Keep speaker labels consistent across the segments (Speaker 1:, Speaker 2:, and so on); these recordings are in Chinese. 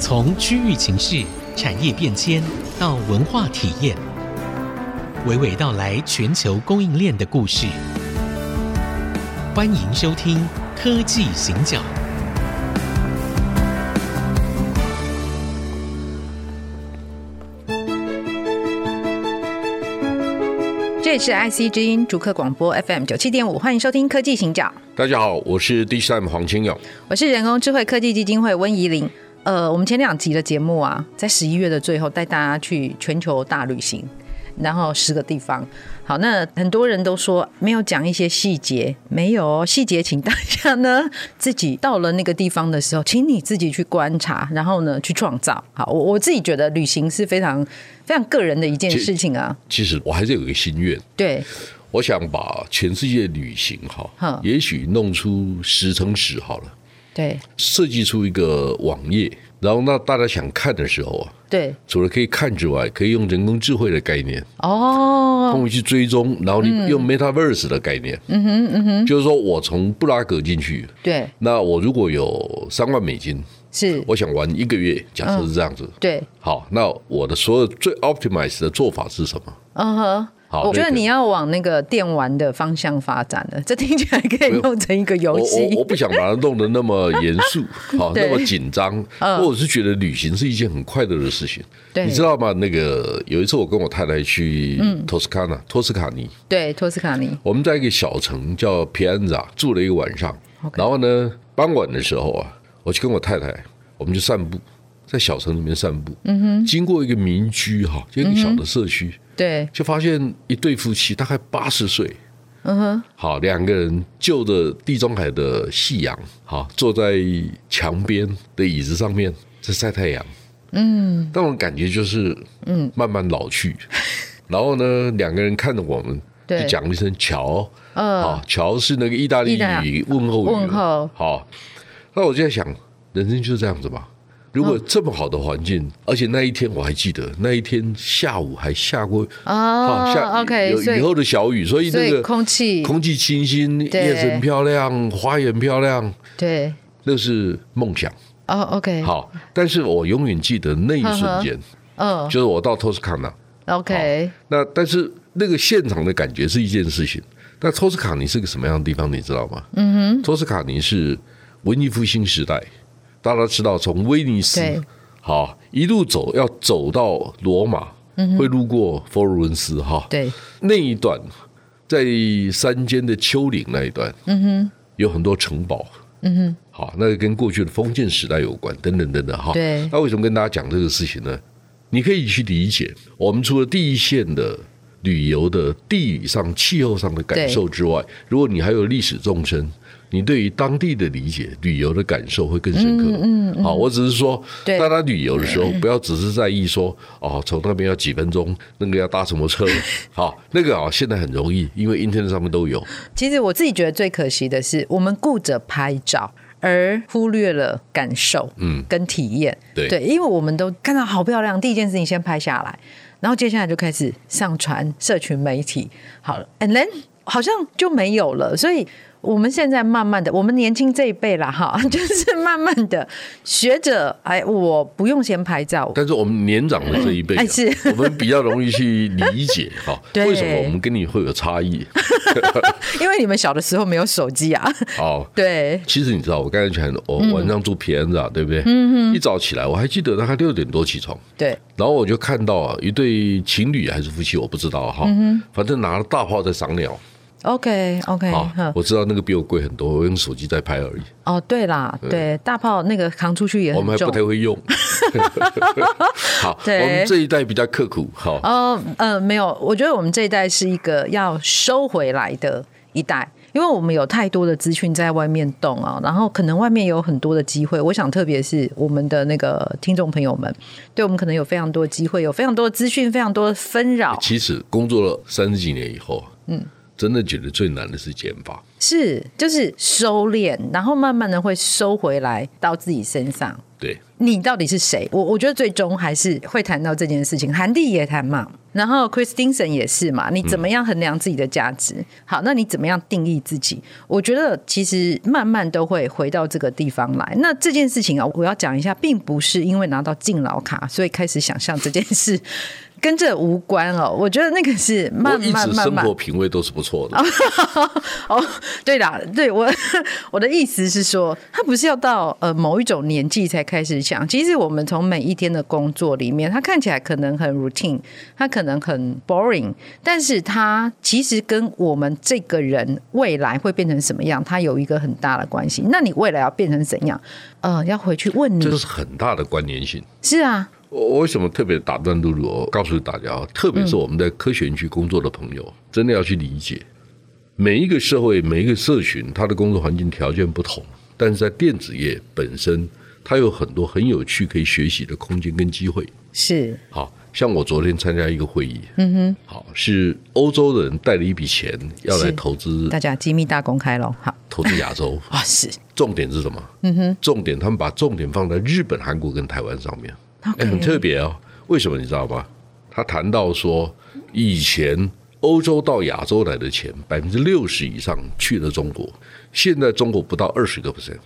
Speaker 1: 从区域情势、产业变迁到文化体验，娓娓道来全球供应链的故事。欢迎收听《科技行脚》。
Speaker 2: 这里是 IC 之音逐客广播 FM 九七点五，欢迎收听科技行脚，
Speaker 3: 大家好，我是 D Sam 黄清勇。
Speaker 2: 我是人工智慧科技基金会温怡玲。呃，我们前两集的节目啊，在十一月的最后带大家去全球大旅行，然后十个地方。好，那很多人都说没有讲一些细节，没有哦细节，请大家呢 自己到了那个地方的时候，请你自己去观察，然后呢去创造。好，我我自己觉得旅行是非常非常个人的一件
Speaker 3: 其
Speaker 2: 事情啊，
Speaker 3: 其实我还是有一个心愿，
Speaker 2: 对，
Speaker 3: 我想把全世界旅行哈
Speaker 2: 哼，
Speaker 3: 也许弄出十乘十好了，
Speaker 2: 对，
Speaker 3: 设计出一个网页，然后那大家想看的时候啊，
Speaker 2: 对，
Speaker 3: 除了可以看之外，可以用人工智慧的概念，
Speaker 2: 哦，
Speaker 3: 帮我去追踪，然后你用 Metaverse 的概念，嗯哼，嗯哼，就是说我从布拉格进去。
Speaker 2: 对，
Speaker 3: 那我如果有三万美金，
Speaker 2: 是，
Speaker 3: 我想玩一个月，假设是这样子。
Speaker 2: 对，
Speaker 3: 好，那我的所有最 optimize 的做法是什么？
Speaker 2: 嗯哼。
Speaker 3: 好
Speaker 2: 我觉得
Speaker 3: 那个
Speaker 2: 你要往那个电玩的方向发展了， 这听起来可以弄成一个游
Speaker 3: 我我我
Speaker 2: 戏。
Speaker 3: 不想把它弄得那么严 肃，好，
Speaker 2: 对
Speaker 3: 那么紧张。
Speaker 2: 嗯
Speaker 3: 我是觉得旅行是一件很快乐的事情，
Speaker 2: 对嗯
Speaker 3: 你知道吗？那个有一次我跟我太太去托斯卡纳，托斯卡尼，
Speaker 2: 对，托斯卡尼，
Speaker 3: 我们在一个小城叫皮安扎住了一个晚上，
Speaker 2: OK
Speaker 3: 然后呢，傍晚的时候啊，我去跟我太太，我们去散步，在小城里面散步，嗯哼，经过一个民居哈，就一个
Speaker 2: 嗯
Speaker 3: 小的社区，
Speaker 2: 对，
Speaker 3: 就发现一对夫妻，大概八十岁，
Speaker 2: 嗯哼，
Speaker 3: 好，两个人就着地中海的夕阳，好，坐在墙边的椅子上面在晒太阳。嗯，那种感觉就是，嗯，慢慢 老去。然后呢，两个人看着我们，
Speaker 2: 对
Speaker 3: 就讲了一声“乔”。
Speaker 2: 嗯
Speaker 3: 好，乔是那个意大利
Speaker 2: 意大
Speaker 3: 语问候语。
Speaker 2: 问候
Speaker 3: 好，那我就在想，人生就是这样子嘛。如
Speaker 2: 嗯
Speaker 3: 果这么好的环境，而且那一天我还记得，那一天下午还下过啊，
Speaker 2: 哦
Speaker 3: 下
Speaker 2: ，OK，
Speaker 3: 有
Speaker 2: 所
Speaker 3: 雨
Speaker 2: 以
Speaker 3: 后的小雨，所以
Speaker 2: 所
Speaker 3: 那
Speaker 2: 以
Speaker 3: 个
Speaker 2: 空气，
Speaker 3: 空气清新，
Speaker 2: 对
Speaker 3: 夜深漂亮，花园漂亮，
Speaker 2: 对，
Speaker 3: 那是梦想。
Speaker 2: 哦，OK，，
Speaker 3: 好，但是我永远记得那一瞬间，
Speaker 2: 嗯
Speaker 3: 就是我到托斯卡纳。
Speaker 2: ，OK，
Speaker 3: 那但是那个现场的感觉是一件事情。那托斯卡尼是个什么样的地方，你知道吗？嗯哼，托斯卡尼是文艺复兴时代，大家知道从威尼斯
Speaker 2: 对
Speaker 3: 好一路走，要走到罗马，
Speaker 2: 嗯
Speaker 3: 会路过佛罗伦斯哈。
Speaker 2: 对，
Speaker 3: 那一段，在山间的丘陵那一段，嗯哼，有很多城堡，嗯哼，好，那跟过去的封建时代有关，等等等等哈。
Speaker 2: 对
Speaker 3: 那为什么跟大家讲这个事情呢？你可以去理解，我们除了第一线的旅游的地理上、气候上的感受之外，如果你还有历史纵深，你对于当地的理解、旅游的感受会更深刻。嗯，好，我只是说，
Speaker 2: 对
Speaker 3: 大家旅游的 时候不要只是在意说，哦，从那边要几分钟，那个要搭什么 车，好，那个啊现在很容易，因为 Internet 上面都有。
Speaker 2: 其实我自己觉得最可惜的是，我们顾着拍照。而忽略了感受，嗯，跟体验，
Speaker 3: 对
Speaker 2: 对，因为我们都看到好漂亮，第一件事情先拍下来，然后接下来就开始上传社群媒体，好了，and then 好像就没有了，所以我们现在慢慢的，我们年轻这一辈啦，哈， 就是慢慢的学着，哎，我不用先拍照，
Speaker 3: 但是我们年长的这一辈、 啊
Speaker 2: 哎是
Speaker 3: 我们比较容易去理解 哈，
Speaker 2: 对
Speaker 3: 为什么我们跟你会有差异？
Speaker 2: 因为你们小的时候没有手机啊，
Speaker 3: 好，
Speaker 2: 对，
Speaker 3: 其实你知道，我刚才讲，我晚上住皮安啊，对不对？嗯一早起来，我还记得大概六点多起床，
Speaker 2: 对，
Speaker 3: 然后我就看到啊一对情侣还是夫妻，我不知道哈，
Speaker 2: 嗯
Speaker 3: 反正拿了大炮在赏鸟
Speaker 2: OK，OK，、
Speaker 3: 啊
Speaker 2: 哼。
Speaker 3: 我知道那个比我贵很多，我用手机在拍而已，
Speaker 2: 哦，对啦，对，大炮那个扛出去也
Speaker 3: 我们
Speaker 2: 很
Speaker 3: 还
Speaker 2: 重
Speaker 3: 不。太 会用。好，我
Speaker 2: 对
Speaker 3: 们这一代比较刻苦。好，
Speaker 2: 呃呃，没有，我觉得我们这一代是一个要收回来的一代，因为我们有太多的资讯在外面动啊，然后可能外面有很多的机会。我想，特别是我们的那个听众朋友们，对我们可能有非常多的机会，有非常多的资讯，非常多的纷扰。
Speaker 3: 其实工作了三十几年以后，嗯，真的觉得最难的是减法。
Speaker 2: 是，就是收敛，然后慢慢的会收回来到自己身上。
Speaker 3: 对，
Speaker 2: 你到底是谁？我我觉得最终还是会谈到这件事情。韩帝也谈嘛，然后 Christinson 也是嘛。你怎么样衡量自己的价值？好，那你怎么样定义自己？我觉得其实慢慢都会回到这个地方来。那这件事情啊，我要讲一下，并不是因为拿到敬老卡，所以开始想象这件事。跟这无关哦，我觉得那个是慢
Speaker 3: 我一
Speaker 2: 慢
Speaker 3: 直
Speaker 2: 慢
Speaker 3: 生
Speaker 2: 慢
Speaker 3: 活品味都是不错的。
Speaker 2: 哦，对啦，对我 我的意思是说，他不是要到呃某一种年纪才开始想。其实我们从每一天的工作里面，他看起来可能很 routine，他可能很 boring，但是他其实跟我们这个人未来会变成什么样，他有一个很大的关系。那你未来要变成怎样？呃，要回去问
Speaker 3: 这
Speaker 2: 你。
Speaker 3: 是很大的关联性。
Speaker 2: 是啊，
Speaker 3: 我我为什么特别打断露露？我告诉大家啊，特别是我们在科学园区工作的朋友，真的要去理解每一个社会、每一个社群，它的工作环境条件不同，但是在电子业本身，它有很多很有趣可以学习的空间跟机会。
Speaker 2: 是
Speaker 3: 好像我昨天参加一个会议，嗯哼，好是欧洲的人带了一笔钱要来
Speaker 2: 是
Speaker 3: 投资
Speaker 2: 大家机密大公开喽。好
Speaker 3: 投资亚洲，
Speaker 2: 啊，是
Speaker 3: 重点是什么？嗯哼，重点他们把重点放在日本、韩国跟台湾上面，哎，很特别哦。为什么你知道吗？他谈到说，以前欧洲到亚洲来的钱，百分之六十以上去了中国，现在中国不到二十个 percent。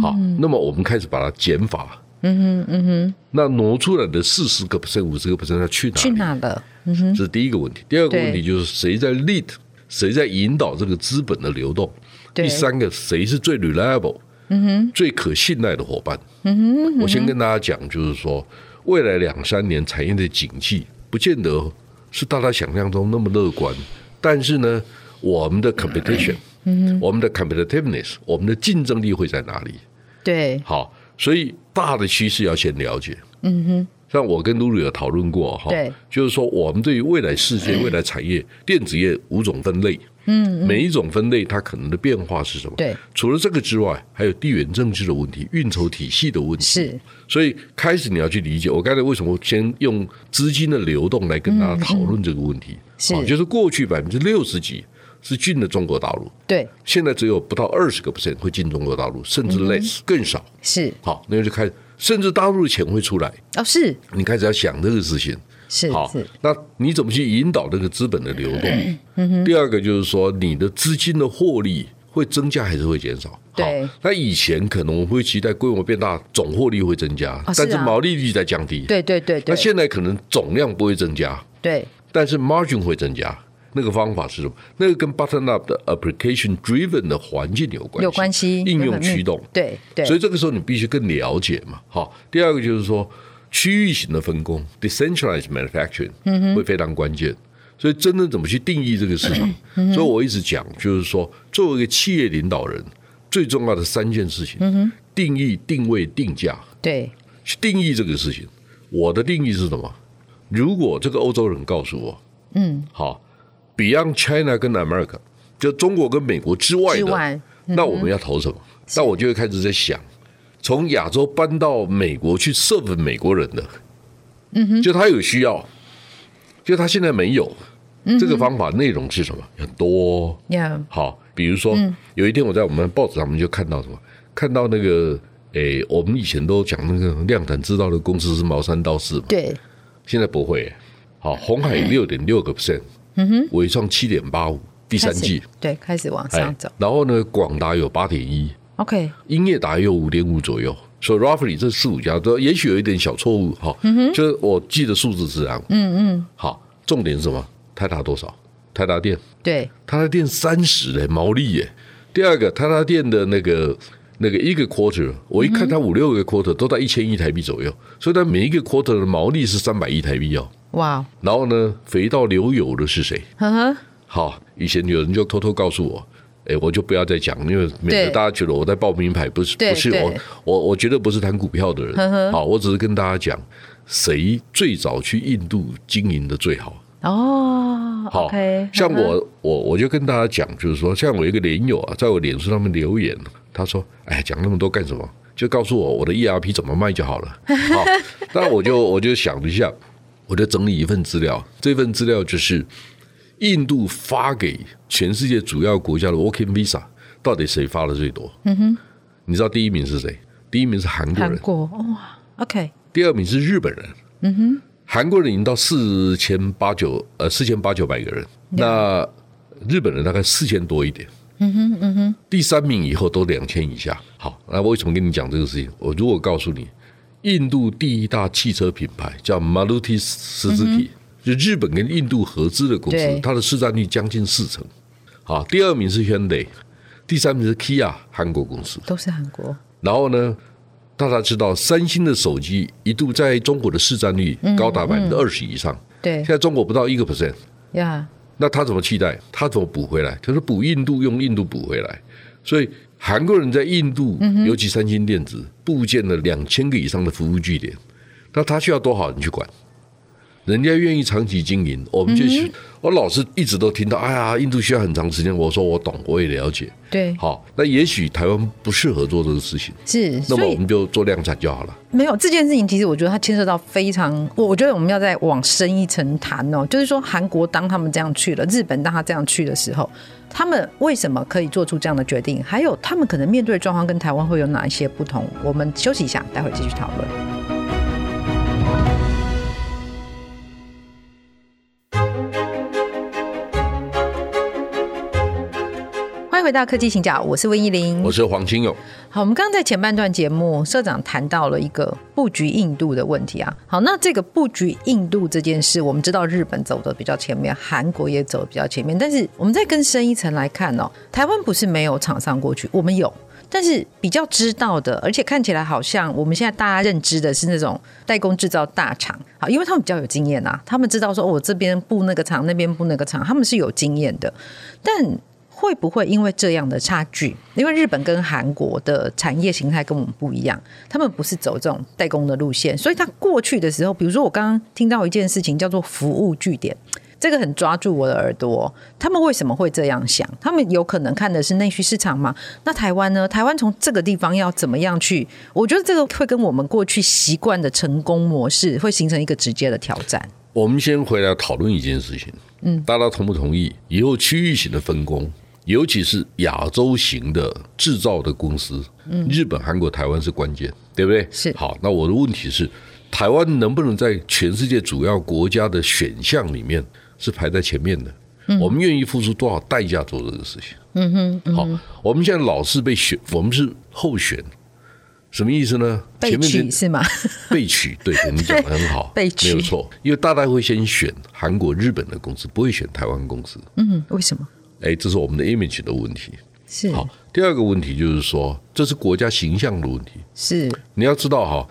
Speaker 3: 好，那么我们开始把它减法。嗯哼，嗯哼，那挪出来的四十个 percent、五十个 percent 要去哪里？
Speaker 2: 去哪了？
Speaker 3: 这是第一个问题。第二个
Speaker 2: 对
Speaker 3: 问题就是谁在 lead，谁在引导这个资本的流动。
Speaker 2: 对
Speaker 3: 第三个，谁是最 reliable，嗯哼，最可信赖的伙伴。嗯哼，我先跟大家讲，就是说未来两三年产业的景气，不见得是大家想象中那么乐观，但是呢，我们的 competition，嗯我们的 competitiveness，我们的竞争力会在哪里？
Speaker 2: 对，
Speaker 3: 好，所以大的趋势要先了解。嗯哼，像我跟露露有讨论过哈，
Speaker 2: 对，
Speaker 3: 就是说我们对于未来世界、未来产业、电子业五种分类，嗯，每一种分类它可能的变化是什么？
Speaker 2: 对，
Speaker 3: 除了这个之外，还有地缘政治的问题、运筹体系的问题。
Speaker 2: 是，
Speaker 3: 所以开始你要去理解，我刚才为什么先用资金的流动来跟大家讨论这个问题？
Speaker 2: 是
Speaker 3: 好嗯就是过去百分之六十几是进了中国大陆，
Speaker 2: 对，
Speaker 3: 现在只有不到二十个 percent 会进中国大陆，甚至 less、更少。
Speaker 2: 是
Speaker 3: 好，那就开始，甚至大陆的钱会出来，
Speaker 2: 哦，是
Speaker 3: 你开始要想这个事情。
Speaker 2: 是
Speaker 3: 好
Speaker 2: 是，
Speaker 3: 那你怎么去引导这个资本的流动？
Speaker 2: 嗯
Speaker 3: 第二个就是说，你的资金的获利会增加还是会减少？好
Speaker 2: 对，
Speaker 3: 那以前可能我们会期待规模变大，总获利会增加，
Speaker 2: 哦是啊
Speaker 3: 但是毛利率在降低。，
Speaker 2: 对对对
Speaker 3: 那
Speaker 2: 对，
Speaker 3: 现在可能总量不会增加，
Speaker 2: 对
Speaker 3: 但是 margin 会增加。那个方法是什么？那个跟 button up 的 application driven 的环境有关系，
Speaker 2: 有关系，嗯
Speaker 3: 应
Speaker 2: 有
Speaker 3: 用
Speaker 2: 很密
Speaker 3: 驱动。
Speaker 2: 对对，
Speaker 3: 所以这个时候你必须更了解嘛。好，第二个就是说区域型的分工 （decentralized manufacturing）、会非常关键。所以真正怎么去定义这个市场？所以我一直讲，就是说作为一个企业领导人，最重要的三件事情：定义、定位、定价。
Speaker 2: 对
Speaker 3: 去定义这个事情。我的定义是什么？如果这个欧洲人告诉我，嗯，好，Beyond China 跟 America，就中国跟美国之外
Speaker 2: 之
Speaker 3: 的，
Speaker 2: 外
Speaker 3: 那我们要投什么？那我就会开始在想，从亚洲搬到美国去 serve 美国人的，嗯哼，就他有需要，就他现在没有。这个方法内容是什么？很多、哦。
Speaker 2: 呀，
Speaker 3: 好，比如说、有一天我在我们报纸上面就看到什么，看到那个诶、我们以前都讲那个量产制造的公司是毛三到四嘛，
Speaker 2: 对
Speaker 3: 现在不会、好，红海六点六个 percent，嗯哼，伟创七点八五，第三季
Speaker 2: 开。始对开始往
Speaker 3: 哎
Speaker 2: 上走，
Speaker 3: 然后呢，广达有八点一，
Speaker 2: ，OK，
Speaker 3: 英业达也有五点五左右，所以 roughly 这四五家都也许有一点小错误哈，就是我记的数字是这样，嗯嗯，好，重点是什么？泰达多少？泰达电
Speaker 2: 对
Speaker 3: 他的店三十嘞毛利耶。第二个，他的店的那个那个一个 quarter，我一看他五六个 quarter 都在一千亿台币左右，所以他每一个 quarter 的毛利是三百亿台币哦。
Speaker 2: 哇，
Speaker 3: 然后呢，肥到流油的是谁？
Speaker 2: 呵呵，
Speaker 3: 好，以前有人就偷偷告诉我。哎，我就不要再讲，因为免
Speaker 2: 对
Speaker 3: 得大家觉得我在报名牌，不是
Speaker 2: 对
Speaker 3: 不是
Speaker 2: 对嗯
Speaker 3: 我我我绝对不是谈股票的人。好，我只是跟大家讲，谁最早去印度经营的最好。
Speaker 2: 哦
Speaker 3: 好
Speaker 2: ，OK，
Speaker 3: 像
Speaker 2: 呵呵
Speaker 3: 我我我就跟大家讲，就是说，像我一个连友啊，在我脸书上面留言，他说：“哎，讲那么多干什么？就告诉我我的 ERP 怎么卖就好了。”好，那我就我就想了一下，我就整理一份资料，这份资料就是印度发给全世界主要国家的 Working Visa，到底谁发的最多？嗯哼，你知道第一名是谁？第一名是韩国
Speaker 2: 韩
Speaker 3: 人，
Speaker 2: 国哇，OK，
Speaker 3: 第二名是日本人。嗯哼，韩国人已经到四千八九呃四千八九百个人，那日本人大概四千多一点。嗯哼，嗯哼，第三名以后都两千以下。好，那我为什么跟你讲这个事情？我如果告诉你，印度第一大汽车品牌叫 Maruti Suzuki，、就日本跟印度合资的公司
Speaker 2: 对，
Speaker 3: 它的市占率将近四成。好，第二名是 Hyundai，第三名是 Kia 韩国公司。
Speaker 2: 都是韩国，
Speaker 3: 然后呢，大家知道三星的手机一度在中国的市占率高达百分之二十以上，
Speaker 2: 对
Speaker 3: 现在中国不到一个 percent，
Speaker 2: 呀，
Speaker 3: 那他怎么替代？他怎么补回来？就是补印度，用印度补回来。所以韩国人在印度，尤其三星电子，布建了两千个以上的服务据点，那他需要多少人去管？人家愿意长期经营，我们就去。我老是一直都听到，哎呀，印度需要很长时间。我说我懂，我也了解。
Speaker 2: 对，
Speaker 3: 好，那也许台湾不适合做这个事情。
Speaker 2: 是，
Speaker 3: 那
Speaker 2: 所
Speaker 3: 么我
Speaker 2: 以
Speaker 3: 们就做量产就好了。
Speaker 2: 没有这件事情，其实我觉得它牵涉到非常，我我觉得我们要再往深一层谈哦，就是说韩国当他们这样去了，日本当他这样去的时候，他们为什么可以做出这样的决定？还有他们可能面对的状况跟台湾会有哪一些不同？我们休息一下，待会儿继续讨论。欢迎回到科技请讲，我是温依玲，
Speaker 3: 我是黄清勇，
Speaker 2: 好，我们刚刚在前半段节目，社长谈到了一个布局印度的问题啊。好，那这个布局印度这件事，我们知道日本走的比较前面，韩国也走的比较前面，但是我们再更深一层来看哦，台湾不是没有厂商过去，我们有。但是比较知道的，而且看起来好像我们现在大家认知的是那种代工制造大厂，好，因为他们比较有经验啊，他们知道说、哦我这边布那个厂，那边布那个厂，他们是有经验的。但会不会因为这样的差距，因为日本跟韩国的产业形态跟我们不一样，他们不是走这种代工的路线，所以他过去的时候，比如说我刚刚听到一件事情叫做服务据点。这个很抓住我的耳朵，他们为什么会这样想？他们有可能看的是内需市场嘛？那台湾呢？台湾从这个地方要怎么样去？我觉得这个会跟我们过去习惯的成功模式会形成一个直接的挑战。
Speaker 3: 我们先回来讨论一件事情。嗯，大家同不同意？以后区域型的分工，尤其是亚洲型的制造的公司，嗯，日本、韩国、台湾是关键，对不对？
Speaker 2: 是
Speaker 3: 好，那我的问题是，台湾能不能在全世界主要国家的选项里面是排在前面的？我们愿意付出多少代价做这个事情？嗯哼，好，我们现在老是被选，我们是候选，什么意思呢？
Speaker 2: 被
Speaker 3: 前面这
Speaker 2: 取是吗？
Speaker 3: 被取， 对，对你讲的很好，
Speaker 2: 被取
Speaker 3: 没有错，因为大概会先选韩国、日本的公司，不会选台湾公司。
Speaker 2: 嗯，为什么？
Speaker 3: 哎，这是我们的 image 的问题。
Speaker 2: 是
Speaker 3: 好，第二个问题就是说，这是国家形象的问题。
Speaker 2: 是
Speaker 3: 你要知道哈，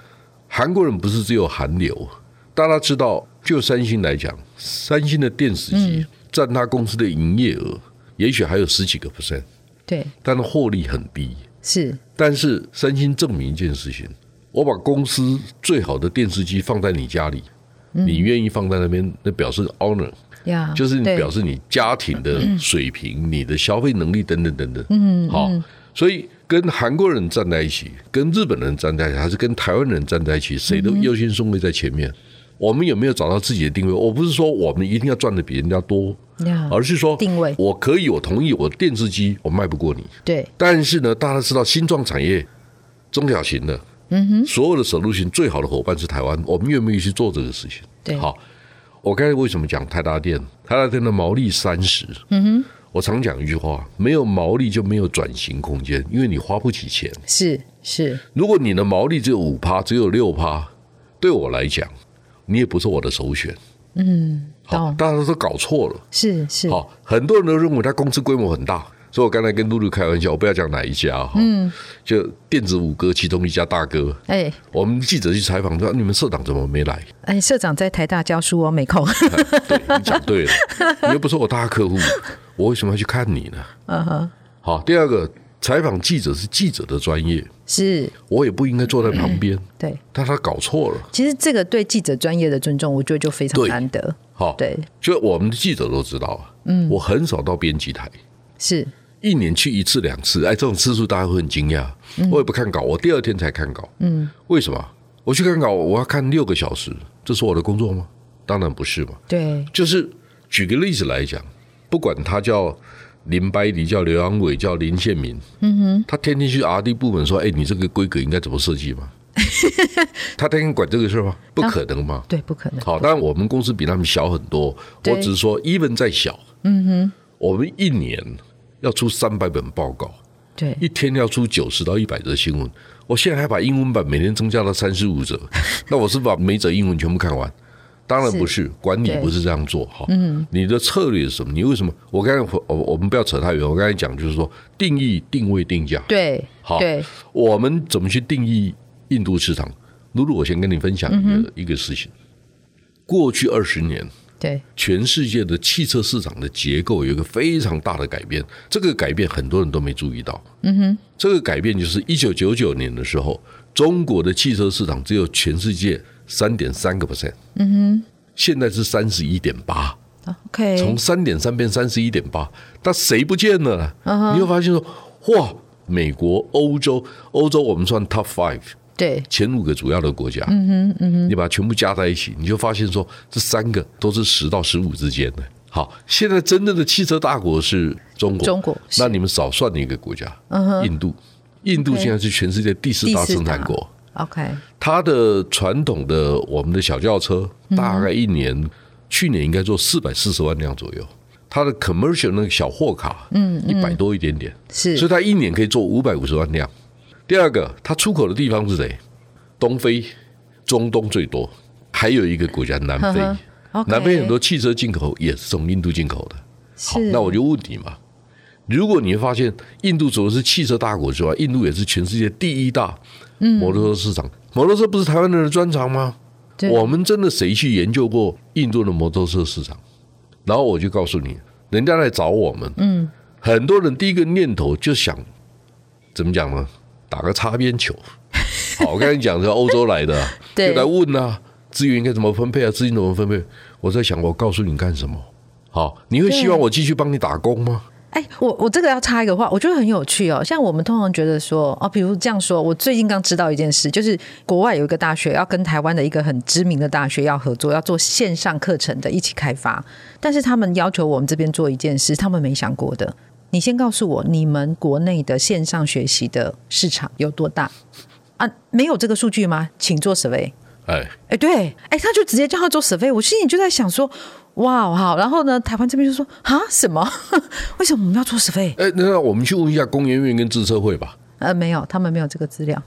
Speaker 3: 韩国人不是只有韩流，大家知道，就三星来讲，三星的电视机占他公司的营业额，也许还有十几个 percent，
Speaker 2: 对，
Speaker 3: 但是获利很低。
Speaker 2: 是
Speaker 3: 但是三星证明一件事情：我把公司最好的电视机放在你家里，你愿意放在那边，那表示 honor，
Speaker 2: 呀，
Speaker 3: 就是你
Speaker 2: 啊对
Speaker 3: 表示你家庭的水平、你的消费能力等等等等。嗯，好，所以跟韩国人站在一起，跟日本人站在一起，还是跟台湾人站在一起，谁都优先顺位在前面。我们有没有找到自己的定位？我不是说我们一定要赚的比人家多，
Speaker 2: 呀，
Speaker 3: 而是说
Speaker 2: 啊定位
Speaker 3: 我可以，我同意，我电视机我卖不过你。
Speaker 2: 对
Speaker 3: 但是呢，大家知道新创产业、中小型的，嗯哼，所有的 solution 最好的伙伴是台湾，我们愿不愿意去做这个事情？
Speaker 2: 对
Speaker 3: 好，我刚才为什么讲台达电？台达电的毛利三十，嗯哼，我常讲一句话，没有毛利就没有转型空间，因为你花不起钱。
Speaker 2: 是是
Speaker 3: 如果你的毛利只有五趴，只有六趴，对我来讲，你也不是我的首选。嗯，好，
Speaker 2: 懂
Speaker 3: 大家都搞错了。
Speaker 2: 是是，
Speaker 3: 好，很多人都认为他公司规模很大，所以我刚才跟露露开玩笑，我不要讲哪一家哈，
Speaker 2: 嗯
Speaker 3: 就电子五哥其中一家大哥，
Speaker 2: 哎
Speaker 3: 我们记者去采访说，你们社长怎么没来？
Speaker 2: 哎，社长在台大教书哦，没 空。
Speaker 3: 对你讲 对了，你又不是我大客户，我为什么要去看你呢？
Speaker 2: 嗯哼，
Speaker 3: 好，第二个，采访记者是记者的专业，
Speaker 2: 是
Speaker 3: 我也不应该坐在旁边，
Speaker 2: 对。
Speaker 3: 但他搞错了。
Speaker 2: 其实这个对记者专业的尊重，我觉得就非常
Speaker 3: 对
Speaker 2: 难得。
Speaker 3: 好，
Speaker 2: 对，
Speaker 3: 就我们的记者都知道啊，嗯，我很少到编辑台，
Speaker 2: 是
Speaker 3: 一年去一次两次，哎，这种次数大家会很惊讶。我也不看稿，我第二天才看稿。嗯，为什么？我去看稿，我要看六个小时，这是我的工作吗？当然不是嘛。
Speaker 2: 对
Speaker 3: 就是举个例子来讲，不管他叫林白迪、叫刘阳伟、叫林宪民，嗯哼，他天天去 R D 部门说：“哎，你这个规格应该怎么设 计嘛？”他天天管这个事儿吗？不可能嘛！
Speaker 2: 对，不可能。
Speaker 3: 好，当然我们公司比他们小很多，我
Speaker 2: 对
Speaker 3: 只是说，even 再小，嗯哼，我们一年要出三百本报告，
Speaker 2: 对，
Speaker 3: 一天要出九十到一百则新闻。我现在还把英文版每天增加到三十 五则，那我是把每则英文全部看完。当然不是，管理
Speaker 2: 对
Speaker 3: 不是这样做哈。嗯，你的策略是什么？你为什么？我刚才我我我们不要扯太远。我刚才讲就是说，定义、定位、定价。
Speaker 2: 对，
Speaker 3: 好
Speaker 2: 对，
Speaker 3: 我们怎么去定义印度市场？露露，我先跟你分享一个、一个事情。过去二十年，
Speaker 2: 对，
Speaker 3: 全世界的汽车市场的结构有一个非常大的改变，这个改变很多人都没注意到。嗯哼，这个改变就是一九九九年的时候，中国的汽车市场只有全世界三点三个 percent。嗯哼，现在是三十一点八。
Speaker 2: 啊 OK，
Speaker 3: 从三点三变三十一点八，但谁不见了呢？你会发现说，哇，美国、欧洲、欧洲我们算 top five
Speaker 2: 对
Speaker 3: 前五个主要的国家，嗯哼，嗯哼，你把它全部加在一起，你就发现说，这三个都是十到十五之间的。好，现在真正的汽车大国是中国，
Speaker 2: 中国是
Speaker 3: 那你们少算一个国家，嗯哼，印度，印度
Speaker 2: OK
Speaker 3: 现在是全世界第四大
Speaker 2: 第四
Speaker 3: 生产
Speaker 2: 大
Speaker 3: 国。
Speaker 2: ，OK，
Speaker 3: 它的传统的我们的小轿车，
Speaker 2: 嗯
Speaker 3: 大概一年、去年应该做四百四十万辆左右。它的 commercial 那个小货卡，嗯，一百多一点点，所以
Speaker 2: 是
Speaker 3: 它一年可以做五百五十万辆。第二个，它出口的地方是谁？东非、中东最多，还有一个国家南非。
Speaker 2: 呵呵，OK，
Speaker 3: 南非很多汽车进口也是从印度进口的。好，
Speaker 2: 是，
Speaker 3: 那我就问你嘛，如果你会发现印度除了是汽车大国之外，印度也是全世界第一大摩托车市场。摩托车不是台湾人的专长吗？
Speaker 2: 对
Speaker 3: 我们真的谁去研究过印度的摩托车市场？然后我就告诉你，人家来找我们，嗯，很多人第一个念头就想怎么讲呢？打个擦边 球。好，我刚才讲是欧洲来的啊，
Speaker 2: 对
Speaker 3: 就来问啊，资源应该怎么分配啊？资金怎么分配？我在想，我告诉你干什么？好，你会希望我继续帮你打工吗？
Speaker 2: 哎，我我这个要插一个话，我觉得很有趣哦。像我们通常觉得说，哦，比如这样说，我最近刚知道一件事，就是国外有一个大学要跟台湾的一个很知名的大学要合作，要做线上课程的一起开发，但是他们要求我们这边做一件事，他们没想过的。你先告诉我，你们国内的线上学习的市场有多大啊？没有这个数据吗？请做 survey。
Speaker 3: 哎，
Speaker 2: 哎，对，哎，他就直接叫他做 survey，我心里就在想说，哇，好，然后呢，台湾这边就说啊，什么？ 为什么我们要做 survey？
Speaker 3: 哎，那我们去问一下工研院跟自测会吧。
Speaker 2: 呃，没有，他们没有这个资料。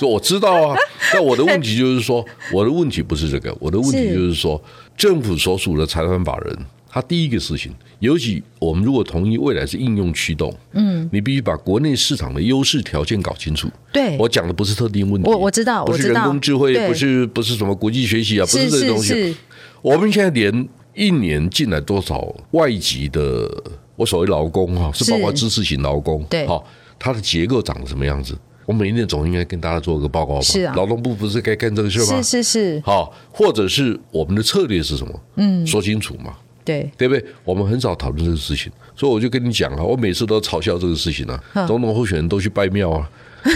Speaker 3: 说我知道啊，但我的问题就是说，我的问题不是这个，我的问题
Speaker 2: 是
Speaker 3: 就是说，政府所属的财团法人，他第一个事情，尤其我们如果同意未来是应用驱动，嗯，你必须把国内市场的优势条件搞清楚。
Speaker 2: 对，
Speaker 3: 我讲的不是特定问题，
Speaker 2: 我我知道
Speaker 3: 不是
Speaker 2: 我知
Speaker 3: 人
Speaker 2: 道
Speaker 3: 工智慧，
Speaker 2: 对
Speaker 3: 不是不是什么国际学习啊，不
Speaker 2: 是
Speaker 3: 这些
Speaker 2: 是
Speaker 3: 东西。
Speaker 2: 是，
Speaker 3: 我们现在连一年进来多少外籍的，我所谓劳工哈，是
Speaker 2: 是
Speaker 3: 包括知识型劳工，
Speaker 2: 对
Speaker 3: 好，它的结构长什么样子？我每一年总应该跟大家做个报告吧？
Speaker 2: 是啊
Speaker 3: 劳动部不是该干这个事吗
Speaker 2: 是？是是，
Speaker 3: 好，或者是我们的策略是什么？嗯，说清楚嘛，
Speaker 2: 对
Speaker 3: 对不对？我们很少讨论这个事情，所以我就跟你讲啊，我每次都嘲笑这个事情
Speaker 2: 嗯
Speaker 3: 啊，总统候选人都去拜庙 啊，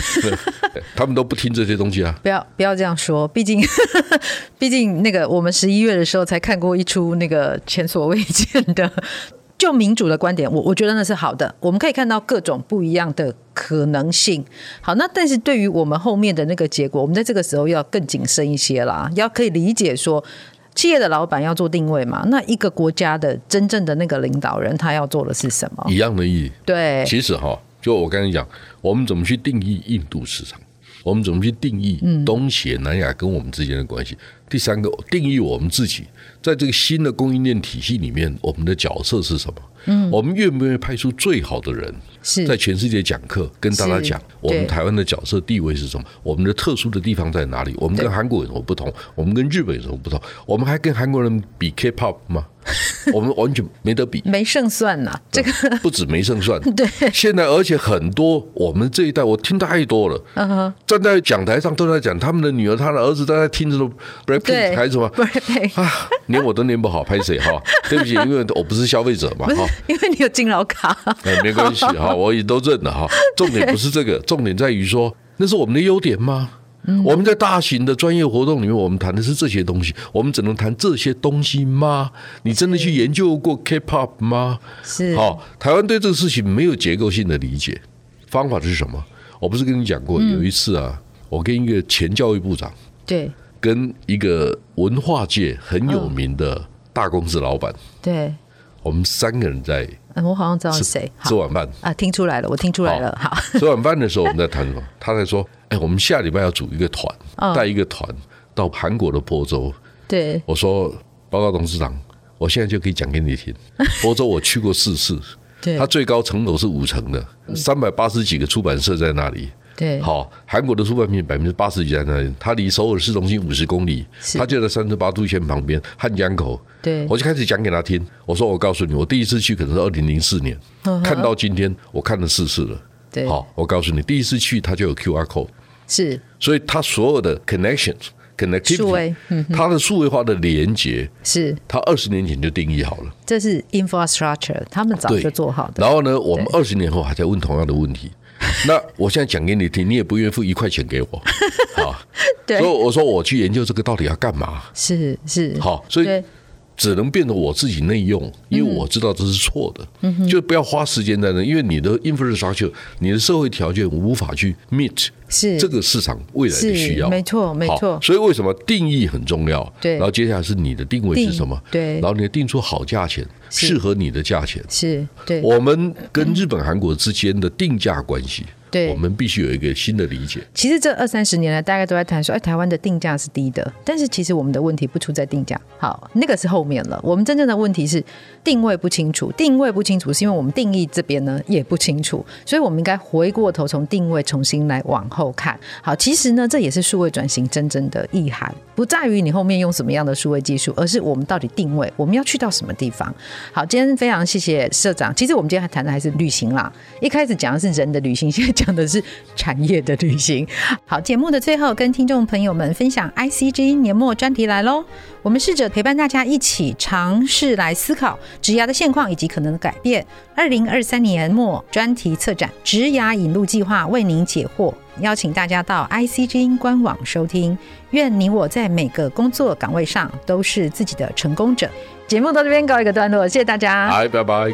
Speaker 3: 他们都不听这些东西啊。
Speaker 2: 不要不要这样说，毕竟 毕竟那个我们十一月的时候才看过一出那个前所未见的，就民主的观点，我我觉得那是好的，我们可以看到各种不一样的可能性。好，那但是对于我们后面的那个结果，我们在这个时候要更谨慎一些啦，要可以理解说。企业的老板要做定位嘛？那一个国家的真正的那个领导人，他要做的是什么？
Speaker 3: 一样的意义，
Speaker 2: 对，
Speaker 3: 其实哈，就我刚才讲，我们怎么去定义印度市场，我们怎么去定义
Speaker 2: 嗯
Speaker 3: 东协、南亚跟我们之间的关系。第三个，定义我们自己在这个新的供应链体系里面，我们的角色是什么？嗯，我们愿不愿意派出最好的人，
Speaker 2: 是
Speaker 3: 在全世界讲课，跟大家
Speaker 2: 是
Speaker 3: 讲我们
Speaker 2: 对
Speaker 3: 台湾的角色地位是什么，我们的特殊的地方在哪里？我们跟
Speaker 2: 对
Speaker 3: 韩国有什么不同？我们跟日本有什么不同？我们还跟韩国人比 K-pop 吗？我们完全没得比。
Speaker 2: 没胜算呐、这个
Speaker 3: 不止没 胜算，对，现在而且很多我们这一代，我听太多了，
Speaker 2: 嗯
Speaker 3: 站在讲台上都在讲他们的女儿、他的儿子都在听这种 b r e a k p i n
Speaker 2: 对
Speaker 3: k 还是什么
Speaker 2: 不是对
Speaker 3: 啊，念我都念不好，拍谁哈？对不起，因为我 不是消费者嘛
Speaker 2: 不是
Speaker 3: 哈。
Speaker 2: 因为你有敬老卡，
Speaker 3: 哎，没关系哈，我也都认了哈。重点不是这个，重点在于说那是我们的优点吗？
Speaker 2: 嗯
Speaker 3: 我们在大型的专业活动里面，我们谈的是这些东西，我们只能谈这些东西吗？你真的去研究过 K-pop 吗？
Speaker 2: 是
Speaker 3: 好，台湾对这个事情没有结构性的理解，方法是什么？我不是跟你讲
Speaker 2: 嗯
Speaker 3: 过，有一次啊，我跟一个前教育部长，
Speaker 2: 对
Speaker 3: 跟一个文化界很有名的大公司老板，
Speaker 2: 对，
Speaker 3: 我们三个人在
Speaker 2: 嗯，我好像知道是谁。
Speaker 3: 吃
Speaker 2: 好
Speaker 3: 晚饭。
Speaker 2: 啊，听出来了，我听出来了。好，
Speaker 3: 吃晚饭的时候我们在谈 什么？他在说：“哎，我们下礼拜要组一个团，
Speaker 2: 嗯
Speaker 3: 带一个团到韩国的播州。
Speaker 2: 对”，
Speaker 3: 我说：“报告董事长，我现在就可以讲给你听。播州我去过四次，
Speaker 2: 对嗯
Speaker 3: 它，最高层楼是五层的，三百八十几个出版社在那里。
Speaker 2: 对，
Speaker 3: 好，韩国的出版品百分之八十几在那里，它离首尔市中心五十公里，
Speaker 2: 是
Speaker 3: 它就在三十八度线旁边，汉江口。
Speaker 2: 对，
Speaker 3: 我就开始讲给他听，我说我告诉你，我第一次去可能是二零零四年，
Speaker 2: 嗯哼
Speaker 3: 看到今天我看了四次了。
Speaker 2: 对，
Speaker 3: 好，我告诉你，第一次去它就有 QR code，
Speaker 2: 是
Speaker 3: 所以它所有的 connections、
Speaker 2: 数位嗯
Speaker 3: connectivity，，它的数位化的连接，
Speaker 2: 是，
Speaker 3: 它二十年前就定义好了。
Speaker 2: 这是 infrastructure，他们早
Speaker 3: 对
Speaker 2: 就做好的。
Speaker 3: 然后呢，我们二十年后还在问同样的问 题。那我现在讲给你听，你也不愿意付一块钱给 我，好，
Speaker 2: 对
Speaker 3: 所以我说我去研究这个到底要干嘛？
Speaker 2: 是是，
Speaker 3: 好，所以
Speaker 2: 对嗯
Speaker 3: 只能变得我自己内用，因为我知道这是错的，就不要花时间在那，因为你的 infrastructure，你的社会条件无法去 meet
Speaker 2: 是
Speaker 3: 这个市场未来的需
Speaker 2: 是
Speaker 3: 要。
Speaker 2: 没错没
Speaker 3: 好
Speaker 2: 错，
Speaker 3: 所以为什么定义很重要？
Speaker 2: 对
Speaker 3: 然后接下来是你的定位
Speaker 2: 定
Speaker 3: 是什么？
Speaker 2: 对
Speaker 3: 然后你定出好价钱，
Speaker 2: 是
Speaker 3: 适合你的价钱。
Speaker 2: 是对
Speaker 3: 我们跟日本、韩国之间的定价关系，
Speaker 2: 对
Speaker 3: 我们必须有一个新的理解。
Speaker 2: 其实这二三十年来，大家都在谈说，哎，台湾的定价是低的，但是其实我们的问题不出在定价，好，那个是后面了。我们真正的问题是定位不清楚，定位不清楚是因为我们定义这边呢也不清楚，所以我们应该回过头从定位重新来往后看。好，其实呢，这也是数位转型真正的意涵，不在于你后面用什么样的数位技术，而是我们到底定位，我们要去到什么地方。好，今天非常谢谢社长。其实我们今天还谈的还是旅行啦，一开始讲的是人的旅行，现在讲的是产业的旅行。好，节目的最后跟听众朋友们分享 ICG 年末专题来喽。我们试着陪伴大家一起尝试来思考职涯的现况以及可能的改变。二零二三年末专题策展《职涯引路计划》为您解惑，邀请大家到 ICG 官网收听。愿你我在每个工作岗位上都是自己的成功者。节目到这边告一个段落，谢谢大家。
Speaker 3: 哎来，拜拜。